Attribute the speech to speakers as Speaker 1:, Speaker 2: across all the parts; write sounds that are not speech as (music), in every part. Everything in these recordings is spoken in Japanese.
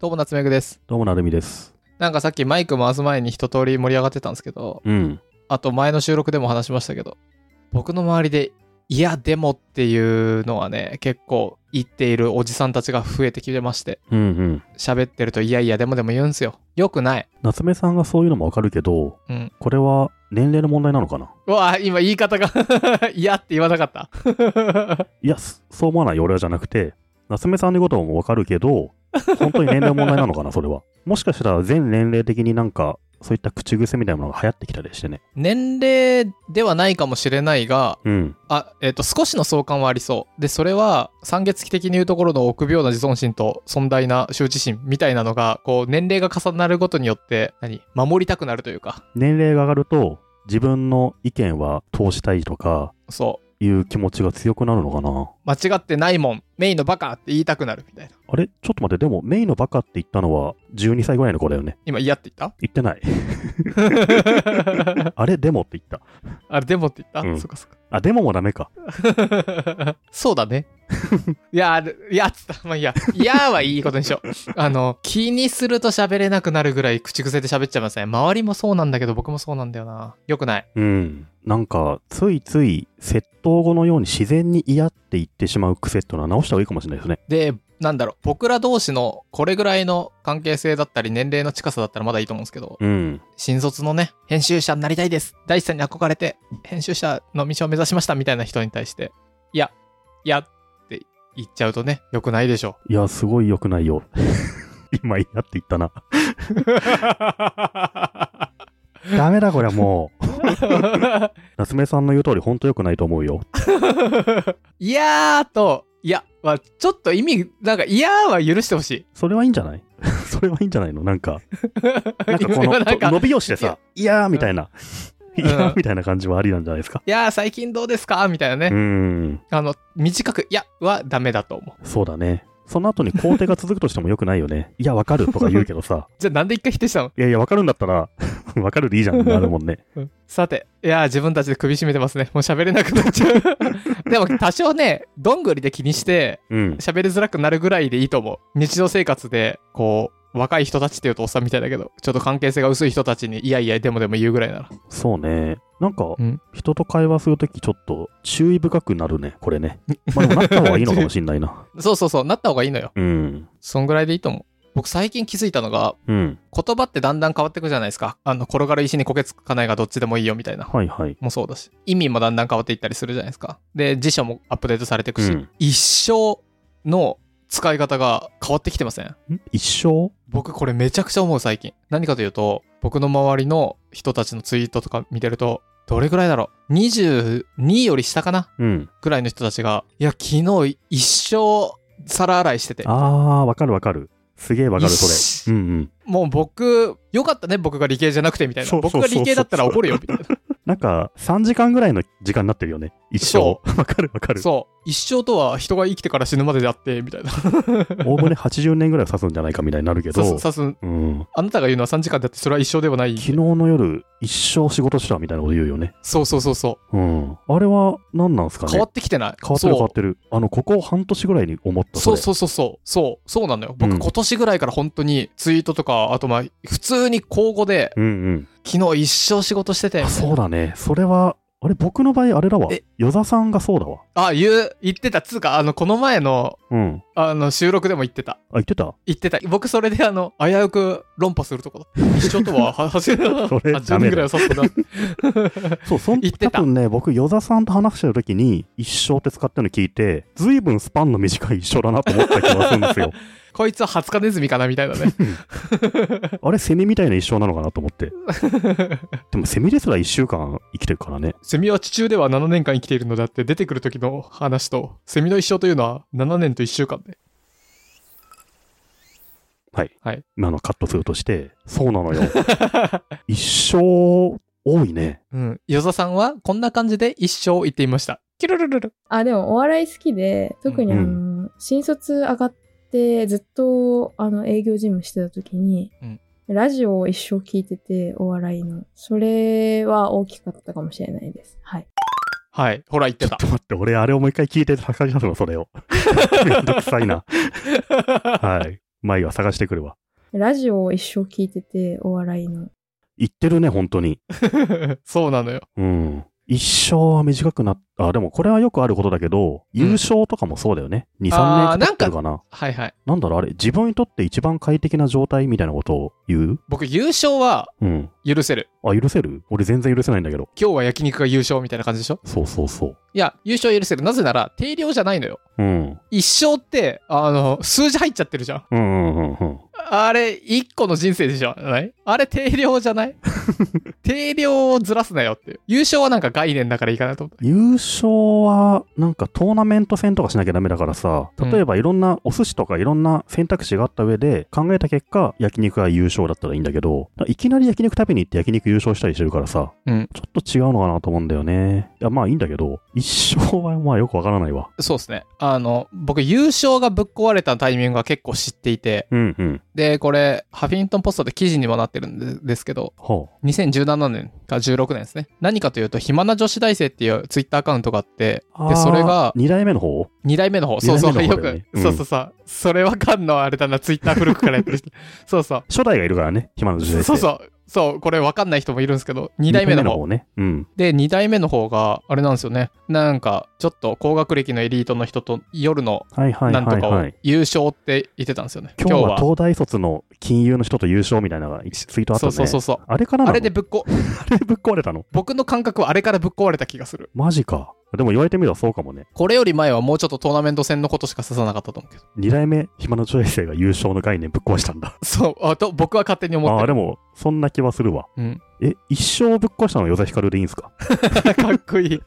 Speaker 1: どうも夏目くです。
Speaker 2: どうもなるみです。
Speaker 1: なんかさっきマイク回す前に一通り盛り上がってたんですけど、
Speaker 2: うん。
Speaker 1: あと前の収録でも話しましたけど、僕の周りで、いや、でもっていうのはね、結構言っているおじさんたちが増えてきてまして、
Speaker 2: うんうん。
Speaker 1: 喋ってると、いやいや、でもでも言うんすよ。よくない。
Speaker 2: 夏目さんがそういうのもわかるけど、
Speaker 1: うん
Speaker 2: これは年齢の問題なのかな
Speaker 1: うわ、今言い方が、 (laughs) いやって言わなかった。 (laughs)
Speaker 2: いや、そそう思わない俺らじゃなくて、夏目さんの言うこともわかるけど、本当に年齢の問題なの (laughs) かな、それは。もしかしたら全年齢的になんか、そういった口癖みたいなものが流行ってきたりしてね。
Speaker 1: 年齢ではないかもしれないが、
Speaker 2: うん。
Speaker 1: あ、えっ、と、少しの相関はありそう。で、それは、三月期的に言うところの臆病な自尊心と尊大な羞恥心みたいなのが、こう、年齢が重なることによって、何守りたくなるというか、
Speaker 2: 年齢が上がると、自分の意見は通したいとか、
Speaker 1: そう、
Speaker 2: いう気持ちが強くなるのかな。
Speaker 1: 間違ってないもん、メインのバカって言いたくなるみたいな。
Speaker 2: あれちょっと待って、でもメイのバカって言ったのは12歳ぐらいの子だよね。
Speaker 1: 今、嫌って言っ
Speaker 2: 言ってない。
Speaker 1: た
Speaker 2: あれでもって言った。
Speaker 1: (laughs) あれ、でもって言った、
Speaker 2: うん
Speaker 1: そっかそっか。 (laughs)
Speaker 2: あ、でももダメか。
Speaker 1: そうだね。 (laughs) いや、あれいやっつった。まあ、いいや、いやはいいことにしよう。あの、気にすると喋れなくなるぐらい口癖で喋っちゃいますね。周りもそうなんだけど、僕もそうなんだよな。よくない。
Speaker 2: うん。なんか、ついつい、窃盗後のように自然に嫌って言ってしまう癖っていうのは直した方がいいかもしれないですね。
Speaker 1: で、なんだろう、僕ら同士のこれぐらいの関係性だったり、年齢の近さだったらまだいいと思うんですけど、
Speaker 2: うん。
Speaker 1: 新卒のね、編集者になりたいです。大地さんに憧れて、編集者の道を目指しましたみたいな人に対して、いや、いやって言っちゃうとね、よくないでしょ
Speaker 2: いや、すごい良くないよ。 (laughs) 今嫌って言っ
Speaker 1: (laughs)
Speaker 2: たな。ダメだこれはもう。夏目さんの言う通り、ほんと良くないと思うよ。
Speaker 1: (laughs) いやーと、いやは、ちょっと意味、なんか、いやーは許してほしい。
Speaker 2: それはいいんじゃない (laughs) それはいいんじゃないのなんか、なんかこ
Speaker 1: 今
Speaker 2: の、
Speaker 1: (laughs) なん
Speaker 2: と
Speaker 1: か
Speaker 2: 伸びよしでさ、いやーみたいな、い
Speaker 1: うん
Speaker 2: やーみたいな感じはありなんじゃないですか。
Speaker 1: いやー最近どうですかみたいなね。
Speaker 2: うん。
Speaker 1: あの、短く、いやはダメだと思う。
Speaker 2: そうだね。その後に肯定が続くとしても良くないよね。いや、わかるとか言うけどさ、
Speaker 1: じゃあなんで一回否定したの
Speaker 2: いやいや、わかるんだったら、 (laughs) わかるでいいじ (laughs) ゃんってなるもんね。
Speaker 1: さて、いやー、自分たちで首絞めてますね。もう喋れなくなっちゃ (laughs) う。でも、多少ね、どんぐりで気にして、
Speaker 2: うん。
Speaker 1: 喋りづらくなるぐらいでいいと思う。日常生活で、こう、若い人たちっていうとおっさんみたいだけど、ちょっと関係性が薄い人たちに、いやいや、でもでも言うぐらいなら。
Speaker 2: そうね。なんか
Speaker 1: うん、
Speaker 2: 人と会話するとき、ちょっと注意深くなるね、これね。まあ、でもなった方がいいのかもしんない (laughs) な。
Speaker 1: そうそうそう、なった方がいいのよ。
Speaker 2: うん。
Speaker 1: そんぐらいでいいと思う。僕、最近気づいたのが、
Speaker 2: うん。
Speaker 1: 言葉ってだんだん変わってくじゃないですか。あの、転がる石にこけつかないがどっちでもいいよみたいな。
Speaker 2: はいはい。
Speaker 1: もそうだし意味もだんだん変わっていったりするじゃないですかで辞書もアップデートされていくし、
Speaker 2: うん
Speaker 1: 一生の使い方が変わってきてません
Speaker 2: ん一生
Speaker 1: 僕これめちゃくちゃ思う最近何かというと僕の周りの人たちのツイートとか見てるとどれぐらいだろう22より下かな
Speaker 2: うん。
Speaker 1: ぐらいの人たちがいや昨日一生皿洗いしてて
Speaker 2: あー、わかるわかる。すげえわかる、それ。
Speaker 1: 一
Speaker 2: うんうん。
Speaker 1: もう僕よかったね僕が理系じゃなくてみたいな
Speaker 2: そうそう
Speaker 1: 僕
Speaker 2: そう
Speaker 1: が理系だったら怒るよみ
Speaker 2: (laughs)
Speaker 1: たいな
Speaker 2: なんか、3時間ぐらいの時間になってるよね。一生。
Speaker 1: そ
Speaker 2: (laughs) わかるわかる。
Speaker 1: そう一生とは人が生きてから死ぬまでであってみたいな
Speaker 2: 大骨80年ぐらいは刺すんじゃないかみたいになるけ
Speaker 1: そう
Speaker 2: ど。
Speaker 1: さす
Speaker 2: うん。
Speaker 1: あなたが言うのは3時間だってそれは一生ではない
Speaker 2: 昨日の夜、一生仕事したみたいなこと言うよね。
Speaker 1: そうそうそうそう
Speaker 2: うん。あれは何なんすかね
Speaker 1: 変わってきてない
Speaker 2: 変わってる変わってる。あの、ここ半年ぐらいに思った
Speaker 1: そう
Speaker 2: れ
Speaker 1: そうそうそうそうそうなのよ僕、
Speaker 2: うん
Speaker 1: 今年ぐらいから本当にツイートとかあとまあ普通に口語で
Speaker 2: うん
Speaker 1: 昨日一生仕事して
Speaker 2: う
Speaker 1: て
Speaker 2: ん。あそうだね。それは、あれ、僕の場合、あれだわ
Speaker 1: え。
Speaker 2: 与座さんがそうだわ。
Speaker 1: あ言う言ってたつうかあのこの前の
Speaker 2: うん。
Speaker 1: あの収録でも言ってた
Speaker 2: あ、言ってた
Speaker 1: 言ってた僕それであの危うく論破するとこだ一生と
Speaker 2: (laughs)
Speaker 1: はは走る
Speaker 2: それ
Speaker 1: 80人ぐらいはさすが
Speaker 2: そう、そ
Speaker 1: (laughs)
Speaker 2: ん
Speaker 1: 言ってた
Speaker 2: 多分ね、僕、与座さんと話してる時に、一生って使ったの聞いて、ずいぶんスパンの短い一生だなと思った気がするんで
Speaker 1: (laughs)
Speaker 2: すよ。
Speaker 1: こいつはハツカネズミかなみたいなね
Speaker 2: あれ、セミみたいな一生なのかなと思って。
Speaker 1: (laughs)
Speaker 2: でも、セミですら1週間生きてるからね。
Speaker 1: セミは地中では7年間生きているのであって出てくる時の話とセミの一生というのは7年と1週間で
Speaker 2: はい。
Speaker 1: はい
Speaker 2: 今のカットするとして、そうな
Speaker 1: (laughs)
Speaker 2: のよ。一生、多いね。
Speaker 1: うん。与座さんはこんな感じで一生言っていました。キュルルルル。
Speaker 3: あ、でもお笑い好きで、特にあの、
Speaker 2: う
Speaker 3: 新卒上がって、ずっとあの営業事務してた時に、
Speaker 1: うん
Speaker 3: ラジオを一生聞いてて、お笑いの。それは大きかったかもしれないです。はい。
Speaker 1: はい。ほら言ってた (laughs)
Speaker 2: (laughs) ちょ。っと待って、 (laughs) 俺、あれをもう一回聞いて、探し出すの、それを。めんどくさいな。はい。まあいいわ、探してくるわ。
Speaker 3: ラジオを一生聞いてて、お笑いの。
Speaker 2: 言ってるね、本当に。
Speaker 1: そうなのよ。
Speaker 2: うん。一生は短くなった。あ、でもこれはよくあることだけど、優勝とかもそうだよね。2、3
Speaker 1: あー
Speaker 2: 年かかってるかな。なん
Speaker 1: はいはい。
Speaker 2: だろう、あれ、自分にとって一番快適な状態みたいなことを言う
Speaker 1: 僕、優勝は
Speaker 2: うん。
Speaker 1: 許せる。
Speaker 2: あ、許せる俺全然許せないんだけど。
Speaker 1: 今日は焼肉が優勝みたいな感じでしょ
Speaker 2: そうそうそう。
Speaker 1: いや、優勝は許せる。なぜなら、定量じゃないのよ。
Speaker 2: うん。
Speaker 1: 一生って、あの、数字入っちゃってるじゃん。
Speaker 2: うんうんうんうん。
Speaker 1: あれ、一個の人生でしょないあれ、定量じゃ (laughs) ない定量をずらすなよっていう。優勝はなんか概念だからいいかなと思っ
Speaker 2: 優勝は、なんかトーナメント戦とかしなきゃダメだからさ、例えばいろんなお寿司とかいろんな選択肢があった上で考えた結果、焼肉が優勝だったらいいんだけど、いきなり焼肉食べに行って焼肉優勝したりしてるからさ、
Speaker 1: うん
Speaker 2: ちょっと違うのかなと思うんだよね。いや、まあいいんだけど、一生はまあよくわからないわ。
Speaker 1: た。そうですね。あの、僕、優勝がぶっ壊れたタイミングは結構知っていて、
Speaker 2: うんうん。
Speaker 1: で、これ、ハフィントンポストで記事にもなってるんでですけど、
Speaker 2: はあ。
Speaker 1: 2017年か16年ですね。何かというと、暇な女子大生っていうツイッターアカウントがあって、
Speaker 2: あー
Speaker 1: で、それが、
Speaker 2: 二代目の方
Speaker 1: 二代目の方、
Speaker 2: 二代
Speaker 1: そう
Speaker 2: 目
Speaker 1: そう、
Speaker 2: の
Speaker 1: よ
Speaker 2: 方だよ
Speaker 1: く
Speaker 2: ね、うん
Speaker 1: そうそうそう、それわかんのはあれだな、ツイッター古くからやってる
Speaker 2: (laughs)
Speaker 1: 人。そうそう、
Speaker 2: 初代がいるからね、暇の時代って
Speaker 1: そうそう、そう、これわかんない人もいるんですけど、二
Speaker 2: 二
Speaker 1: 代目の
Speaker 2: 代
Speaker 1: 方。
Speaker 2: ね。うん。
Speaker 1: で、二代目の方が、あれなんですよね。なんか、ちょっと高学歴のエリートの人と夜の
Speaker 2: はいはい
Speaker 1: な
Speaker 2: はい
Speaker 1: んとか
Speaker 2: は
Speaker 1: を
Speaker 2: い。
Speaker 1: 優勝って言ってたんですよね。
Speaker 2: 今日は東大卒の金融の人と優勝みたいなのがツイートあった
Speaker 1: そ
Speaker 2: ね。
Speaker 1: うそうそうそう。
Speaker 2: あれからなの
Speaker 1: あれでぶっこ、
Speaker 2: あれぶっ壊れたの
Speaker 1: 僕の感覚はあれからぶっ壊れた気がする。
Speaker 2: マジか。でも言われてみればそうかもね。
Speaker 1: これより前はもうちょっとトーナメント戦のことしか指さなかったと思うけど。
Speaker 2: 二代目、暇の女性が優勝の概念ぶっ壊したんだ。
Speaker 1: そう、あと僕は勝手に思っ
Speaker 2: あ
Speaker 1: て
Speaker 2: あ、
Speaker 1: る。
Speaker 2: でも、そんな気はするわ。
Speaker 1: うん。
Speaker 2: え、一生ぶっ壊したのは与田ヒカルでいいんですか
Speaker 1: (laughs) かっこいい。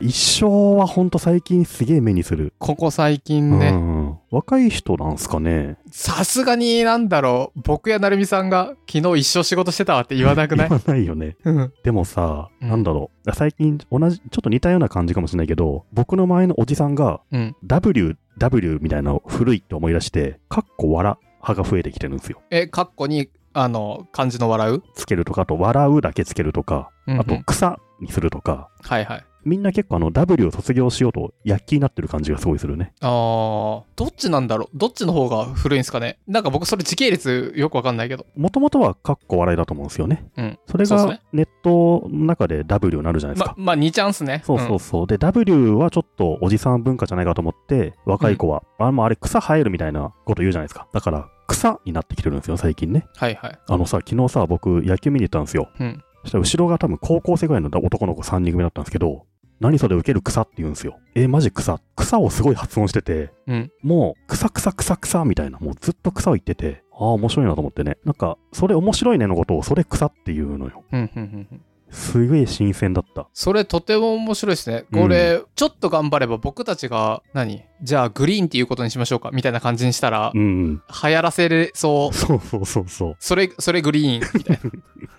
Speaker 2: 一生はほんと最近すげえ目にする。
Speaker 1: ここ最近ね。
Speaker 2: うん。若い人なんすかね
Speaker 1: さすがになんだろう僕やなるみさんが昨日一生仕事してたわって言わなく (laughs) ない
Speaker 2: 言わないよね。
Speaker 1: うん
Speaker 2: でもさ、
Speaker 1: うん
Speaker 2: なんだろう。最近、同じ、ちょっと似たような感じかもしれないけど、僕の前のおじさんが、
Speaker 1: うん。
Speaker 2: W、W みたいなの古いって思い出して、かっこ笑派が増えてきてるんですよ。
Speaker 1: え、カッコに、あの、漢字の笑う、
Speaker 2: つけるとか、あと、笑うだけつけるとか、
Speaker 1: うんうん
Speaker 2: あと、草にするとか、
Speaker 1: はいはい。
Speaker 2: みんな結構あの W を卒業しようと躍起になってる感じがすごいするね。
Speaker 1: あー、どっちなんだろうどっちの方が古いんすかねなんか僕それ時系列よくわかんないけど。
Speaker 2: もともとはカッコ笑いだと思うんですよね。
Speaker 1: うん。
Speaker 2: それ
Speaker 1: そうっす
Speaker 2: が
Speaker 1: ね
Speaker 2: ネットの中で W になるじゃないです
Speaker 1: ま
Speaker 2: か、。
Speaker 1: まあ、2チャンスね。
Speaker 2: そうそうそう。で、W はちょっとおじさん文化じゃないかと思って、若い子は、あもうあれ草生えるみたいなこと言うじゃないですか。だから、草になってきてるんですよ、最近ね。
Speaker 1: うんはいはい。
Speaker 2: あのさ、昨日さ、僕野球見に行ったんですよ。
Speaker 1: うん。
Speaker 2: そしたら後ろが多分高校生ぐらいの男の子3人組だったんですけど、何それ受ける草って言うんですよ。えーマジ草。草をすごい発音してて、
Speaker 1: うん
Speaker 2: もう、草草草草みたいな、もうずっと草を言ってて、ああ、面白いなと思ってね。なんか、それ面白いねのことを、それ草っていうのよ。
Speaker 1: うんうんうんうん。
Speaker 2: すげえ新鮮だった。
Speaker 1: それとても面白いですね。これ、ちょっと頑張れば僕たちが、何じゃあグリーンっていうことにしましょうかみたいな感じにしたら、
Speaker 2: う
Speaker 1: 流
Speaker 2: ん。
Speaker 1: 行らせれそう。
Speaker 2: そうそうそうそう。
Speaker 1: それ、それグリーンみたい
Speaker 2: (laughs)
Speaker 1: な。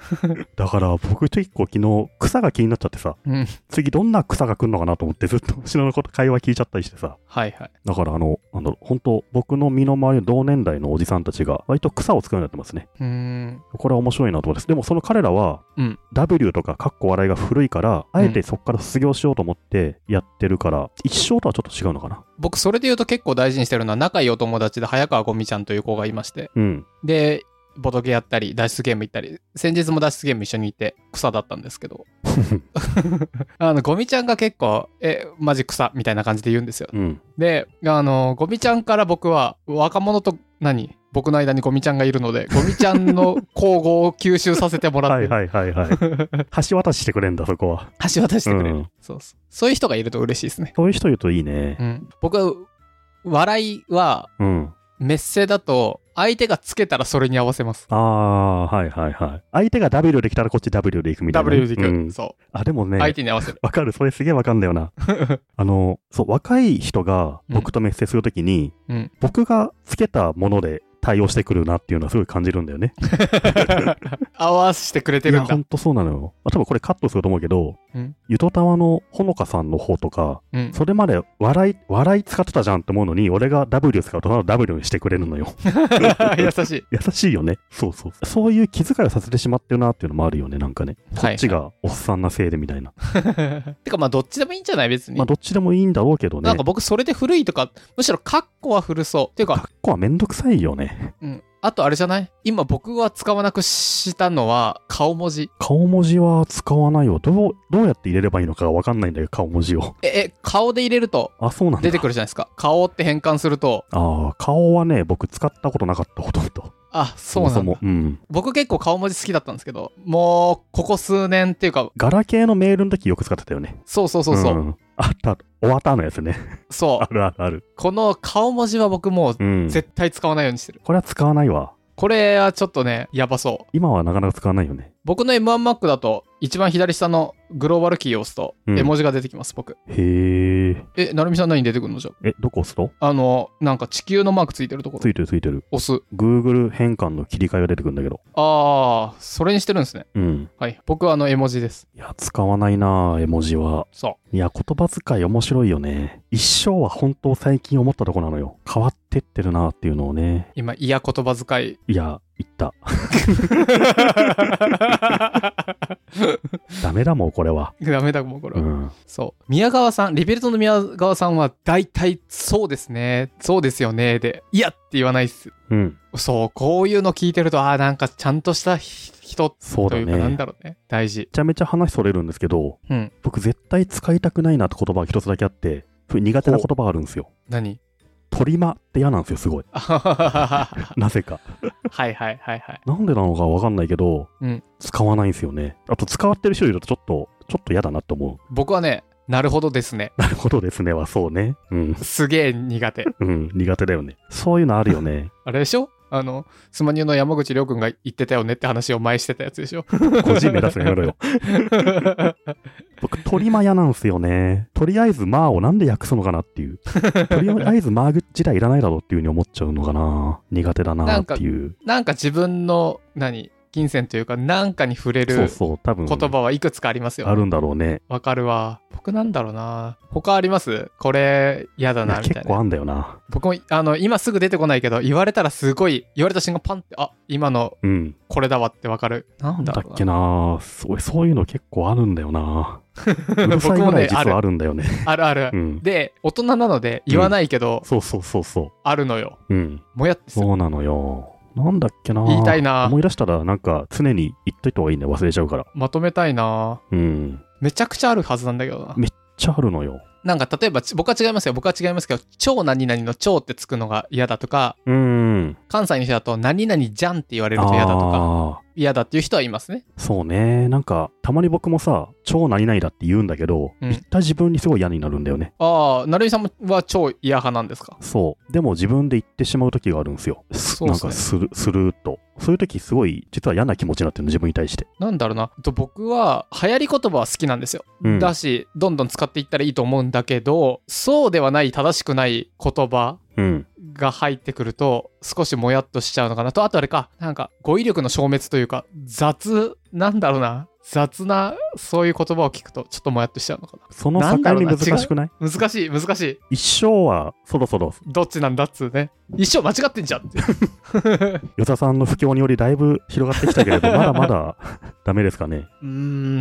Speaker 2: だから、僕結構昨日、草が気になっちゃってさ、
Speaker 1: うん。
Speaker 2: 次どんな草が来るのかなと思って、ずっと後ろのこと会話聞いちゃったりしてさ。
Speaker 1: はいはい。
Speaker 2: だから、あの、なんだろう、本当僕の身の回りの同年代のおじさんたちが、割と草を使うようになってますね。
Speaker 1: うーん。
Speaker 2: これは面白いなと思います。でもその彼らは、
Speaker 1: うん
Speaker 2: W とかカッコ笑いが古いから、あえてそこから卒業しようと思ってやってるから、一生とはちょっと違うのかな。
Speaker 1: 僕、それで言うと結構大事にしてるのは、仲いいお友達で早川ゴミちゃんという子がいまして、
Speaker 2: うん。
Speaker 1: で、ボトゲやったり、脱出ゲーム行ったり、先日も脱出ゲーム一緒にいて、草だったんですけ
Speaker 2: (laughs)
Speaker 1: ど、 (laughs) あの、ゴミちゃんが結構、え、マジ草みたいな感じで言うんですよ。
Speaker 2: うん。
Speaker 1: で、あの、ゴミちゃんから僕は、若者と何僕の間にゴミちゃんがいるの
Speaker 2: (laughs)
Speaker 1: で、ゴミちゃんの口語を吸収させてもらっ
Speaker 2: は
Speaker 1: て
Speaker 2: い
Speaker 1: る、
Speaker 2: はいは
Speaker 1: (laughs)
Speaker 2: いはい。橋渡ししてくれんだ、そこは。
Speaker 1: 橋渡してくれる、
Speaker 2: うん
Speaker 1: そうそう。そういう人がいると嬉しいですね。
Speaker 2: そういう人いるといいね
Speaker 1: う。ん。僕は、笑いは、
Speaker 2: うん。
Speaker 1: メッセだと相手がつけたらそれに合わせます。
Speaker 2: ああ、はいはいはい。相手が W できたらこっち W でいくみたいなね。
Speaker 1: W でいく、
Speaker 2: うん
Speaker 1: そ
Speaker 2: あ、でも
Speaker 1: う、
Speaker 2: ね、
Speaker 1: 相手に合わせる。 (laughs)
Speaker 2: わかる。それすげえわかんだよな。あの、そう、若い人が僕とメッセするときに、
Speaker 1: うん
Speaker 2: 僕がつけたもので対応してくるなっていうのはすごい感じるんだよね。
Speaker 1: 合わせてくれて
Speaker 2: い
Speaker 1: る
Speaker 2: や、
Speaker 1: んだ
Speaker 2: ほ。んとそうなのよ。まあ、多分これカットすると思うけど、
Speaker 1: うん
Speaker 2: ゆとたわのほのかさんの方とか、
Speaker 1: うん。
Speaker 2: それまで笑い、笑い使ってたじゃんって思うのに、俺が W 使うとただ W にしてくれるのよ。 (laughs)
Speaker 1: (laughs) 優しい。
Speaker 2: 優しいよね。そうそうそう。そういう気遣いをさせてしまってるなっていうのもあるよね、なんかね。こ
Speaker 1: はい
Speaker 2: っちがおっさんなせいでみたいな。
Speaker 1: (laughs) てかまあどっちでもいいんじゃない別に。
Speaker 2: まあ、どっちでもいいんだろうけどね。
Speaker 1: なんか僕それで古いとか、むしろカッコは古そう。っていうか、
Speaker 2: かっこはめんどくさいよね。
Speaker 1: うん。あとあれじゃない今僕は使わなくしたのは顔文字。
Speaker 2: 顔文字は使わないよ。どう、どうやって入れればいいのかわかんないんだけど、顔文字を。 (laughs)
Speaker 1: え、え、顔で入れると
Speaker 2: あ、そうなんだ。
Speaker 1: 出てくるじゃないですか。顔って変換すると、
Speaker 2: ああ、顔はね、僕使ったことなかった、ほとんど。
Speaker 1: あ、そうなんだ。
Speaker 2: そもそも。うん。
Speaker 1: 僕結構顔文字好きだったんですけど、もうここ数年っていうか、
Speaker 2: ガラケーのメールの時よく使ってたよね。
Speaker 1: そうそうそうそう。
Speaker 2: んあった、終わったのやつね。 (laughs)
Speaker 1: そ
Speaker 2: あ
Speaker 1: う。
Speaker 2: るあるある。
Speaker 1: この顔文字は僕もう
Speaker 2: うん。
Speaker 1: 絶対使わないようにしてる。
Speaker 2: これは使わないわ。
Speaker 1: これはちょっとね、やばそう。
Speaker 2: 今はなかなか使わないよね。
Speaker 1: 僕の M1Mac だと、一番左下のグローバルキーを押すと、
Speaker 2: うん
Speaker 1: 絵文字が出てきます、僕。
Speaker 2: へえ。
Speaker 1: え、なるみさん何出てくるのじゃ
Speaker 2: え、どこ押すと
Speaker 1: あ。あの、なんか地球のマークついてるとこ
Speaker 2: つ
Speaker 1: ろ、
Speaker 2: いてるついてる。
Speaker 1: 押す。
Speaker 2: Google 変換の切り替えが出てくるんだけど。
Speaker 1: あー、それにしてるんですね。
Speaker 2: うん。
Speaker 1: はい。僕はあの、絵文字です。
Speaker 2: いや、使わないな絵文字は。
Speaker 1: そ
Speaker 2: いや、言葉遣い面白いよね。一生は本当最近思ったとこなのよ。変わってってるなっていうのをね
Speaker 1: う。。今、嫌言葉遣い。 (laughs)
Speaker 2: いや、言った。ダメだもん、これは。
Speaker 1: ダメだ、もうこれ
Speaker 2: う
Speaker 1: は。
Speaker 2: ん。
Speaker 1: そう。宮川さん、リベルトの宮川さんは、大体、そうですね。そうですよね。で、いやって言わないっす。
Speaker 2: うん。
Speaker 1: そう、こういうの聞いてると、ああ、なんかちゃんとした人
Speaker 2: そう
Speaker 1: と
Speaker 2: だ
Speaker 1: い
Speaker 2: ね。
Speaker 1: うか、なん
Speaker 2: め
Speaker 1: だろうね。大事。
Speaker 2: ちゃめちゃ話それるんですけど、
Speaker 1: うん。
Speaker 2: 僕絶対使いたくないなって言葉が一つだけあって、苦手な言葉があるんですよ。
Speaker 1: 何 (laughs)
Speaker 2: トリマって嫌なんですよ、すごい。
Speaker 1: は
Speaker 2: なぜか。
Speaker 1: いはいはいはい。
Speaker 2: なんでなのかわかんないけど、
Speaker 1: うん
Speaker 2: 使わないんですよね。あと、使わってる人いるとちょっと、ちょっと嫌だなって思う。
Speaker 1: 僕はね、なるほどですね。
Speaker 2: なるほどですねは、そうね。うん、
Speaker 1: すげえ苦手。
Speaker 2: うん、苦手だよね。そういうのあるよね。
Speaker 1: あれでしょあの、スマニューの山口亮君が言ってたよねって話を前してたやつでしょ
Speaker 2: (laughs) 個人目出すのやめろよ。僕、トリマ嫌なんですよね。とりあえず、まあをなんで訳すのかなっていう。とりあえず、まあ自体いらないだろうっていうふうに思っちゃうのかな。苦手だなっていう。
Speaker 1: (laughs) なんか自分の、何、金銭というか、なんかに触れ
Speaker 2: そう
Speaker 1: る
Speaker 2: そう、多分。
Speaker 1: 言葉はいくつかありますよ
Speaker 2: あ
Speaker 1: ね。
Speaker 2: るんだろうね。
Speaker 1: わかるわ。僕なんだろうな。他ありますこれ、嫌だ
Speaker 2: いや
Speaker 1: な、みた
Speaker 2: 結
Speaker 1: い
Speaker 2: 構
Speaker 1: な。
Speaker 2: あんだよな。
Speaker 1: 僕も、あの、今すぐ出てこないけど、言われたらすごい、言われた瞬間パンって、あ、今の
Speaker 2: うん。
Speaker 1: これだわってわかる。なんだ
Speaker 2: だ
Speaker 1: ろう
Speaker 2: っ
Speaker 1: な
Speaker 2: けなそうそういうの結構あるんだ
Speaker 1: (laughs)
Speaker 2: よなうるさいぐらい実はあるんだよね
Speaker 1: あるある。
Speaker 2: うん
Speaker 1: で、大人なので言わないけど、
Speaker 2: そうそうそうそ
Speaker 1: あるのよ。
Speaker 2: ううん
Speaker 1: もやってする
Speaker 2: そうなのよなんだっけな
Speaker 1: 言いたいな
Speaker 2: 思い出したらなんか常に言っといた方がいいんだよ忘れちゃうから
Speaker 1: まとめたいな
Speaker 2: うん
Speaker 1: めちゃくちゃあるはずなんだけどな。
Speaker 2: めちゃあるのよ
Speaker 1: なんか例えば、ち僕は違いますよ。僕は違いますけど、超何々の超ってつくのが嫌だとか、
Speaker 2: うん
Speaker 1: 関西の人だと何々じゃんって言われる
Speaker 2: あ
Speaker 1: と嫌だとか、
Speaker 2: あ
Speaker 1: 嫌だっていう人はいますね。
Speaker 2: ーそうねなんかたまに僕もさ超何々だって言うんだけど、
Speaker 1: うん
Speaker 2: 言った自分にすごい嫌になるんだよね
Speaker 1: ああ、成美さんは超嫌派なんですか
Speaker 2: そうでも自分で言ってしまう時があるんですよ
Speaker 1: そうっ
Speaker 2: なん
Speaker 1: すね
Speaker 2: かスルスルーっとそういう時すごい実は嫌な気持ちになってるの自分に対して
Speaker 1: なんだろうな。と僕は、流行り言葉は好きなんですよ。
Speaker 2: うん
Speaker 1: だし、どんどん使っていったらいいと思うんだけど、そうではない正しくない言葉
Speaker 2: うん
Speaker 1: が入ってくると少しもやっとしちゃうのかなとあとあれかなんか語彙力の消滅というか雑なんだろうな雑なそういう言葉を聞くとちょっともやっとしちゃうのか
Speaker 2: その
Speaker 1: なんだ
Speaker 2: 境
Speaker 1: ろう
Speaker 2: 目
Speaker 1: な
Speaker 2: 難しくない
Speaker 1: な難しい難しい
Speaker 2: 一生はそろそろ
Speaker 1: どっちなんだっつうね一生間違ってんじゃんって
Speaker 2: 与田さんの不況によりだいぶ広がってきたけ
Speaker 1: (laughs)
Speaker 2: れどまだまだダメですかね
Speaker 1: うー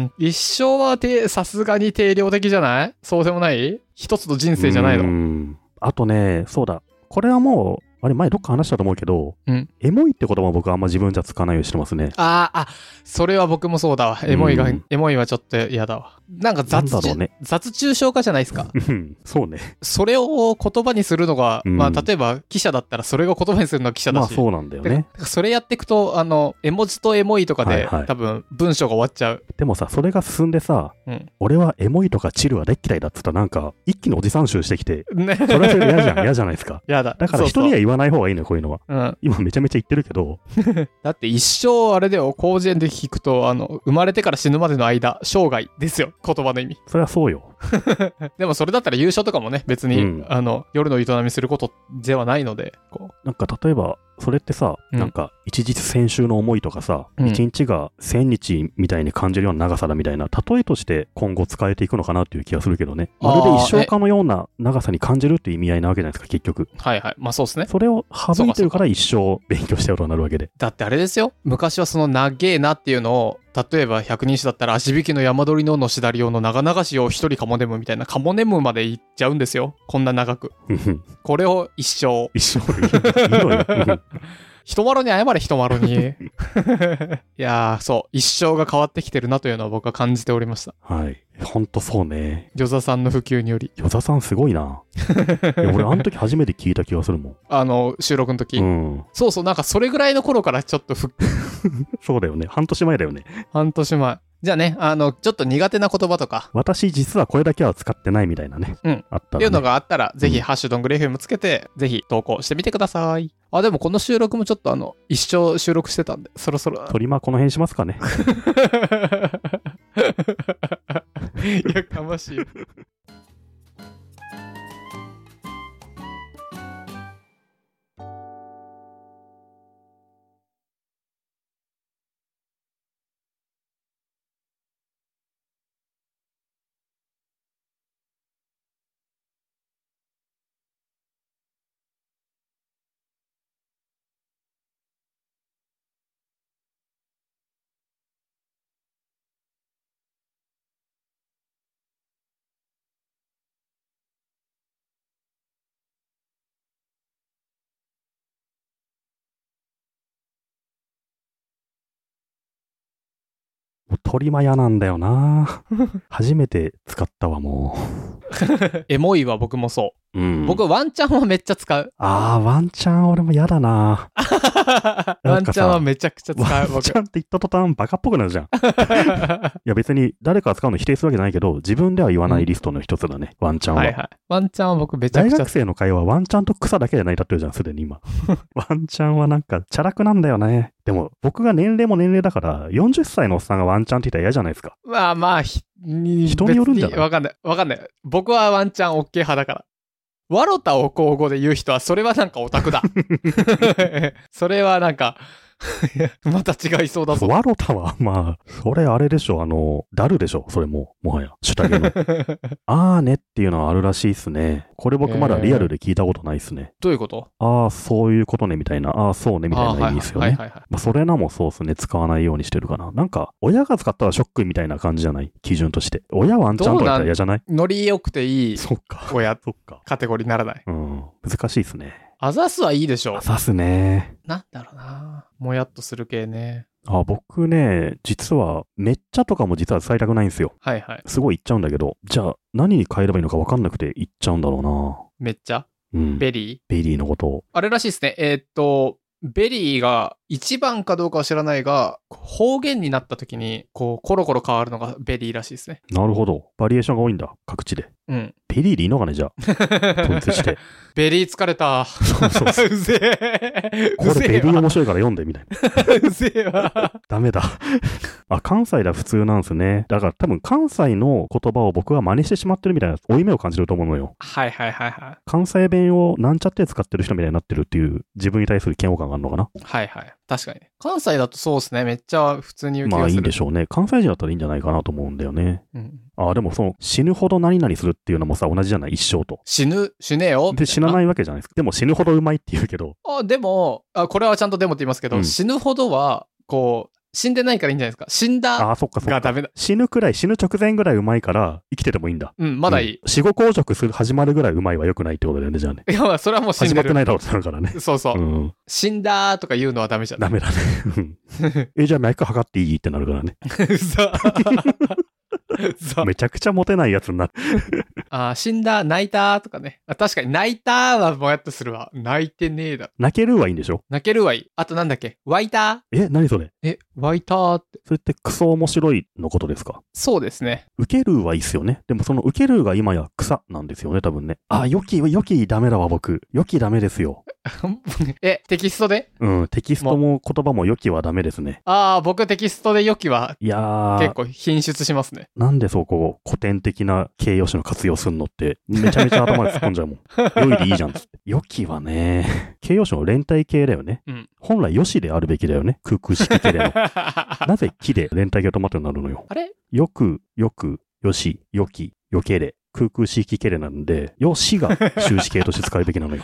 Speaker 1: ん一生はてさすがに定量的じゃないそうでもない一つの人生じゃないう
Speaker 2: ー
Speaker 1: の
Speaker 2: んあとねそうだこれはもうあれ前どっか話したと思うけど、
Speaker 1: うん
Speaker 2: エモいって言葉は僕あんま自分じゃ使わないようにしてますね
Speaker 1: あーあそれは僕もそうだわエモいが、
Speaker 2: うん
Speaker 1: エモいはちょっと嫌だわなんか雑
Speaker 2: なんだろうね
Speaker 1: 雑抽象化じゃないですか
Speaker 2: うんそうね
Speaker 1: それを言葉にするのが、
Speaker 2: うん
Speaker 1: まあ例えば記者だったらそれを言葉にするのは記者
Speaker 2: ま
Speaker 1: だ
Speaker 2: あ
Speaker 1: し、
Speaker 2: そうなんだよね
Speaker 1: てかそれやっていくとあの絵文字とエモいとかで、
Speaker 2: はいはい
Speaker 1: 多分文章が終わっちゃう
Speaker 2: でもさそれが進んでさ、
Speaker 1: うん
Speaker 2: 俺はエモいとかチルは大っ嫌いだっつったらなんか一気におじさん集してきて
Speaker 1: ね
Speaker 2: それはそれで嫌じゃん嫌じゃないですか
Speaker 1: (laughs) やだ
Speaker 2: だから
Speaker 1: そうそ
Speaker 2: 人
Speaker 1: う
Speaker 2: には言わない方がいいのよこういうのは
Speaker 1: うん、
Speaker 2: 今めちゃめちゃ言ってるけど
Speaker 1: だって一生あれだよ広辞苑で聞くとあの生まれてから死ぬまでの間生涯ですよ言葉の意味 (laughs)
Speaker 2: それはそうよ
Speaker 1: でもそれだったら優勝とかもね別に、
Speaker 2: うん
Speaker 1: あの夜の営みすることではないのでこ
Speaker 2: なんか例えばそれってさ、
Speaker 1: うん
Speaker 2: なんか一日先週の思いとかさ、
Speaker 1: うん
Speaker 2: 一日が千日みたいに感じるような長さだみたいな例えとして今後使えていくのかなっていう気がするけどね
Speaker 1: あー
Speaker 2: まるで一生間のような長さに感じるっていう意味合いなわけじゃないですか結局
Speaker 1: はいはい。まあそうですね。
Speaker 2: それを省いてるから一生勉強したことになるわけで
Speaker 1: だってあれですよ。昔はその長えなっていうのを、例えば百人一首だったら足引きの山鳥ののしだり用の長々しを一人カモネムみたいなカモネムまでいっちゃうんですよ。こんな長く。
Speaker 2: うんうん
Speaker 1: これを一生。
Speaker 2: 一生いいのようんうん
Speaker 1: 人まろに謝れ人まろ
Speaker 2: (laughs)
Speaker 1: に。いやー、そう。一生が変わってきてるなというのは僕は感じておりました。
Speaker 2: はいほんとそうね
Speaker 1: ギョザさんの普及により。
Speaker 2: 与座さんすごいないや俺あの時初めて聞いた気がするもん
Speaker 1: (laughs) あの、収録の時。
Speaker 2: うん
Speaker 1: そうそう、なんかそれぐらいの頃からちょっと復
Speaker 2: そうだよね半年前だよね
Speaker 1: 半年前。じゃあね、あの、ちょっと苦手な言葉とか、
Speaker 2: 私実はこれだけは使ってないみたいなね、
Speaker 1: うん
Speaker 2: あっ
Speaker 1: った
Speaker 2: らね
Speaker 1: ていうのがあったら、ぜ
Speaker 2: う
Speaker 1: ひ、
Speaker 2: ん
Speaker 1: ハッシュドングレフムつけて、ぜひ投稿してみてください。あ、でもこの収録もちょっとあの、一生収録してたんで、そろそ
Speaker 2: (laughs)
Speaker 1: ろ。
Speaker 2: トリマーこの辺しますかね
Speaker 1: やかま (laughs) しい。
Speaker 2: トリマヤなんだよな初めて使ったわも、
Speaker 1: エモいは僕もそうう。
Speaker 2: うん、
Speaker 1: 僕、ワンチャンはめっちゃ使 (laughs) う。
Speaker 2: あーワンチャン俺も嫌だな
Speaker 1: ワンチャンはめちゃくちゃ使
Speaker 2: ワ
Speaker 1: う、
Speaker 2: ン
Speaker 1: 僕
Speaker 2: チ。ャンって言った途端バカっぽくなるじ
Speaker 1: (laughs)
Speaker 2: ゃんいや別に誰かが使うの否定するわけじゃないけど自分では言わないリストの一つだね、ワンチャンは、
Speaker 1: はいはい。ワンチャンは僕めちゃ
Speaker 2: 大
Speaker 1: くちゃ
Speaker 2: 学生の会話、ワンチャンと草だけで成り立ってるじゃん、すでに今。ワンチャンはなんか、チャラくなんだよね。でも、僕が年齢も年齢だから、40歳のおっさんがワンチャンって言ったら嫌じゃないですか。
Speaker 1: まあまあ、ひ
Speaker 2: 人によるんじゃない
Speaker 1: 別わかんない。わかんない。僕はワンチャン OK 派だから。ワロタを口語で言う人は、それはなんかオタクだ。
Speaker 2: (laughs)
Speaker 1: それはなんか、また違いそうだぞ。
Speaker 2: ワロタは、まあ、それあれでしょ、あの、ダルでしょ、それもう、もはや、主体
Speaker 1: (laughs)
Speaker 2: の。あーねっていうのはあるらしいっすね。これ僕まだリアルで聞いたことないっすね。
Speaker 1: どういうこと
Speaker 2: あー、そういうことね、みたいな。あー、そうね、みたいな意味ですよ
Speaker 1: あはい
Speaker 2: ね。
Speaker 1: はいはいはい
Speaker 2: まあ、それなもそうっすね、使わないようにしてるかな。なんか、親が使ったらショックみたいな感じじゃない基準として。親ワンチャンとか言ったら嫌じゃない
Speaker 1: ノリ良くていい
Speaker 2: そっか。
Speaker 1: (laughs) 親
Speaker 2: そっか。
Speaker 1: カテゴリーにならない。
Speaker 2: うん、難しいですね。
Speaker 1: あざすはいいでしょう
Speaker 2: あ。ざすね。
Speaker 1: なんだろうな。もやっとする系ね。
Speaker 2: あ、僕ね、実は、めっちゃとかも実は伝えたくないんですよ。
Speaker 1: はいはい。
Speaker 2: すごい言っちゃうんだけど、じゃあ、何に変えればいいのか分かんなくて言っちゃうんだろ
Speaker 1: めっちゃ
Speaker 2: うな。うん。ベ
Speaker 1: ベリー
Speaker 2: リーのことを。
Speaker 1: あれらしいですね。えーっと、ベリーが1番かどうかは知らないが、方言になった時に、こう、コロコロ変わるのがベリーらしいですね。
Speaker 2: なるほど。バリエーションが多いんだ、各地で。
Speaker 1: うん。
Speaker 2: ベリーでいいのかね、じゃあ、統一して。
Speaker 1: (laughs) ベリー疲れた。
Speaker 2: そうそうそう。
Speaker 1: (laughs) うぜえ。
Speaker 2: これベリー面白いから読んでみたいな。
Speaker 1: (laughs) うぜえわ。
Speaker 2: ダメだ。あ、関西では普通なんですね。だから多分関西の言葉を僕は真似してしまってるみたいな、負い目を感じると思うのよ。
Speaker 1: はいはいはいは。
Speaker 2: 関西弁をなんちゃって使ってる人みたいになってるっていう自分に対する嫌悪感があるのかない
Speaker 1: はいはい。確かに。関西だとそうですね。めっちゃ普通に言う気がする。
Speaker 2: まあいいんで
Speaker 1: ょ。
Speaker 2: しょうね。関西人だったらいいんじゃないかなと思うんだよね。
Speaker 1: うん、
Speaker 2: ああ、でもその死ぬほど何々するっていうのもさ、同じじゃない一生と。
Speaker 1: 死ぬ、死ねよ。
Speaker 2: で、死ないないわけじゃないですか。でも死ぬほどうまいって言うけど、
Speaker 1: な。あ、でもあ、これはちゃんとでもって言いますけど、
Speaker 2: うん
Speaker 1: 死ぬほどは、こう、死んでないからいいんじゃないですか。死ん
Speaker 2: あ
Speaker 1: だ
Speaker 2: あ、そっかそっ
Speaker 1: が
Speaker 2: か。
Speaker 1: ダメだ。
Speaker 2: 死ぬくらい、死ぬ直前ぐらいうまいから、生きててもいいんだ。
Speaker 1: うん、まだいい。
Speaker 2: うん死後硬直する、始まるぐらいうまいは良くないってことだよね、じゃあね。
Speaker 1: (laughs) いや、まあ、それはもう死ん
Speaker 2: 始ま
Speaker 1: でる
Speaker 2: って。ないだろうってなるからね。
Speaker 1: そうそう。
Speaker 2: (laughs) うん。
Speaker 1: 死んだーとか言うのはダメじゃん。
Speaker 2: ダメだね。うんえ、じゃあ脈測っていいってなるから (laughs) ね。
Speaker 1: うざ。うざ
Speaker 2: めちゃくちゃモテないやつになる。
Speaker 1: あー死んだ、泣いたーとかね。あ確かに、泣いたーはもやっとするわ。泣いてねえだろ。
Speaker 2: 泣けるはいいんでしょ
Speaker 1: 泣けるはいい。あとなんだっけ湧いた
Speaker 2: え、何それ
Speaker 1: ーえ、湧いたーって。
Speaker 2: それってクソ面白いのことですか
Speaker 1: そうですね。 (laughs)
Speaker 2: 受けるはいいっすよね。でもその受けるが今や草なんですよね、多分ね。あ、良き、良きダメだわ、僕。良きダメですよ。
Speaker 1: え、テキストで
Speaker 2: うん、テキストも言葉も良きはダメですね。
Speaker 1: ああ、僕テキストで良きはい
Speaker 2: やー
Speaker 1: 結、構品質しますね。
Speaker 2: なんでそうこう古典的な形容詞の活用すんのって、めちゃめちゃ頭に突っ込んじゃうもん。
Speaker 1: (laughs)
Speaker 2: 良いでいいじゃんっつって。良きはね、形容詞の連帯形だよね。
Speaker 1: うん
Speaker 2: 本来良しであるべきだよね。空空式形だよ。
Speaker 1: (laughs) あ
Speaker 2: なぜ木で連帯形止まってなるのよ。
Speaker 1: れ
Speaker 2: よく、よく、よし、よき、よけれ。空空式形なんで、よしが終止形として使うべきな
Speaker 1: (laughs)
Speaker 2: のよ。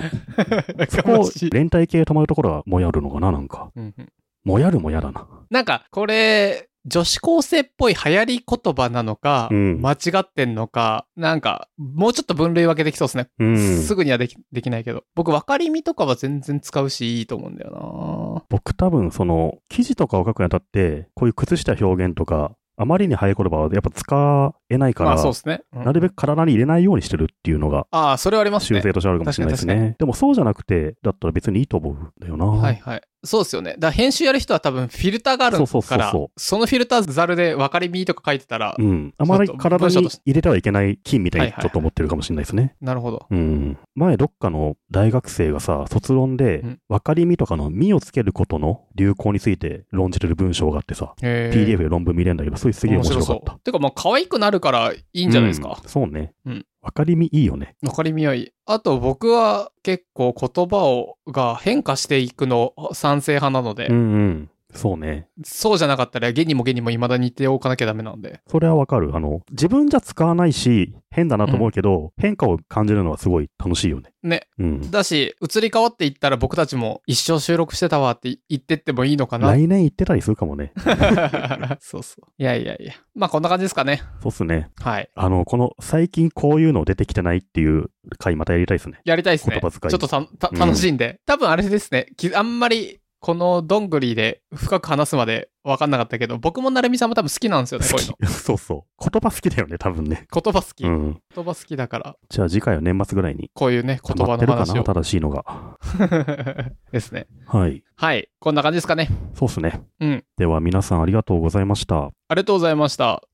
Speaker 2: そこを連帯形止まるところはもやるのかななんか。
Speaker 1: うんうん
Speaker 2: もやるもやだな。
Speaker 1: なんか、これ、女子高生っぽい流行り言葉なのか、
Speaker 2: うん
Speaker 1: 間違ってんのか、なんか、もうちょっと分類分けできそうですね。
Speaker 2: うん。
Speaker 1: すぐにはできできないけど。僕、分かりみとかは全然使うし、いいと思うんだよ
Speaker 2: 僕多分その記事とかを書くにあたってこういう靴下表現とかあまりに早い言葉はやっぱ使えないか
Speaker 1: な。
Speaker 2: ら、
Speaker 1: まあ、そうですね。うん
Speaker 2: なるべく体に入れないようにしてるっていうのが
Speaker 1: ああ、それはあります
Speaker 2: 修
Speaker 1: ね。
Speaker 2: 正としてあるかもしれないです
Speaker 1: 確
Speaker 2: ね。でもそうじゃなくてだったら別にいいと思うんだよな。
Speaker 1: はいはい。そうですよね。だから編集やる人は多分フィルターがあるから、
Speaker 2: そうそうそうそ
Speaker 1: のフィルターザルで分かりみとか書いてたら、
Speaker 2: うん、あまり体に入れてはいけない菌みたいにちょっと思ってるかもしれないですね。
Speaker 1: なるほど。
Speaker 2: うん、前どっかの大学生がさ卒論で
Speaker 1: うん
Speaker 2: 分かりみとかの「み」をつけることの流行について論じてる文章があってさ PDF
Speaker 1: で
Speaker 2: で論文見れるんだけどそれすげえ面白かった。
Speaker 1: てか、まあ、可愛くなるからいいんじゃないですか
Speaker 2: う。んそうね。
Speaker 1: うん
Speaker 2: 分かりみいいよね。
Speaker 1: 分かりみはいい。あと、僕は結構言葉を、が変化していくの賛成派なので、
Speaker 2: うんうん。そうね。
Speaker 1: そうじゃなかったら、ゲにもゲにも未だに言っておかなきゃダメなんで。
Speaker 2: それはわかる。あの、自分じゃ使わないし、変だなと思うけど、変化を感じるのはすごい楽しいよね。
Speaker 1: ね。
Speaker 2: うん。
Speaker 1: だし、移り変わっていったら僕たちも一生収録してたわって言ってってもいいのかな。
Speaker 2: 来年行ってたりするかもね。
Speaker 1: (laughs) そうそう。いやいやいや。まあ、こんな感じですかね。
Speaker 2: そうっすね。
Speaker 1: はい。
Speaker 2: あの、この、最近こういうの出てきてないっていう回またやりたいですね。
Speaker 1: やりたいですね。
Speaker 2: 言葉遣い
Speaker 1: ちょっとたた
Speaker 2: うん
Speaker 1: 楽しんで。多分あれですね。きあんまり、このどんぐりで深く話すまで分かんなかったけど、僕もなるみさんも多分好きなんですよね、こういうの。
Speaker 2: 好き。 (laughs) そうそう。言葉好きだよね、多分ね。
Speaker 1: 言葉好き。
Speaker 2: うん。
Speaker 1: 言葉好きだから、
Speaker 2: じゃあ次回は年末ぐらいに。
Speaker 1: こういうね、
Speaker 2: 溜
Speaker 1: 言
Speaker 2: ま
Speaker 1: 葉
Speaker 2: って
Speaker 1: の
Speaker 2: るか
Speaker 1: 話
Speaker 2: な
Speaker 1: を。
Speaker 2: 正しいのが。
Speaker 1: (laughs) ですね。
Speaker 2: はい。
Speaker 1: はい。こんな感じですかね。
Speaker 2: そうっすね。
Speaker 1: うん。
Speaker 2: では皆さんありがとうございました。
Speaker 1: ありがとうございました。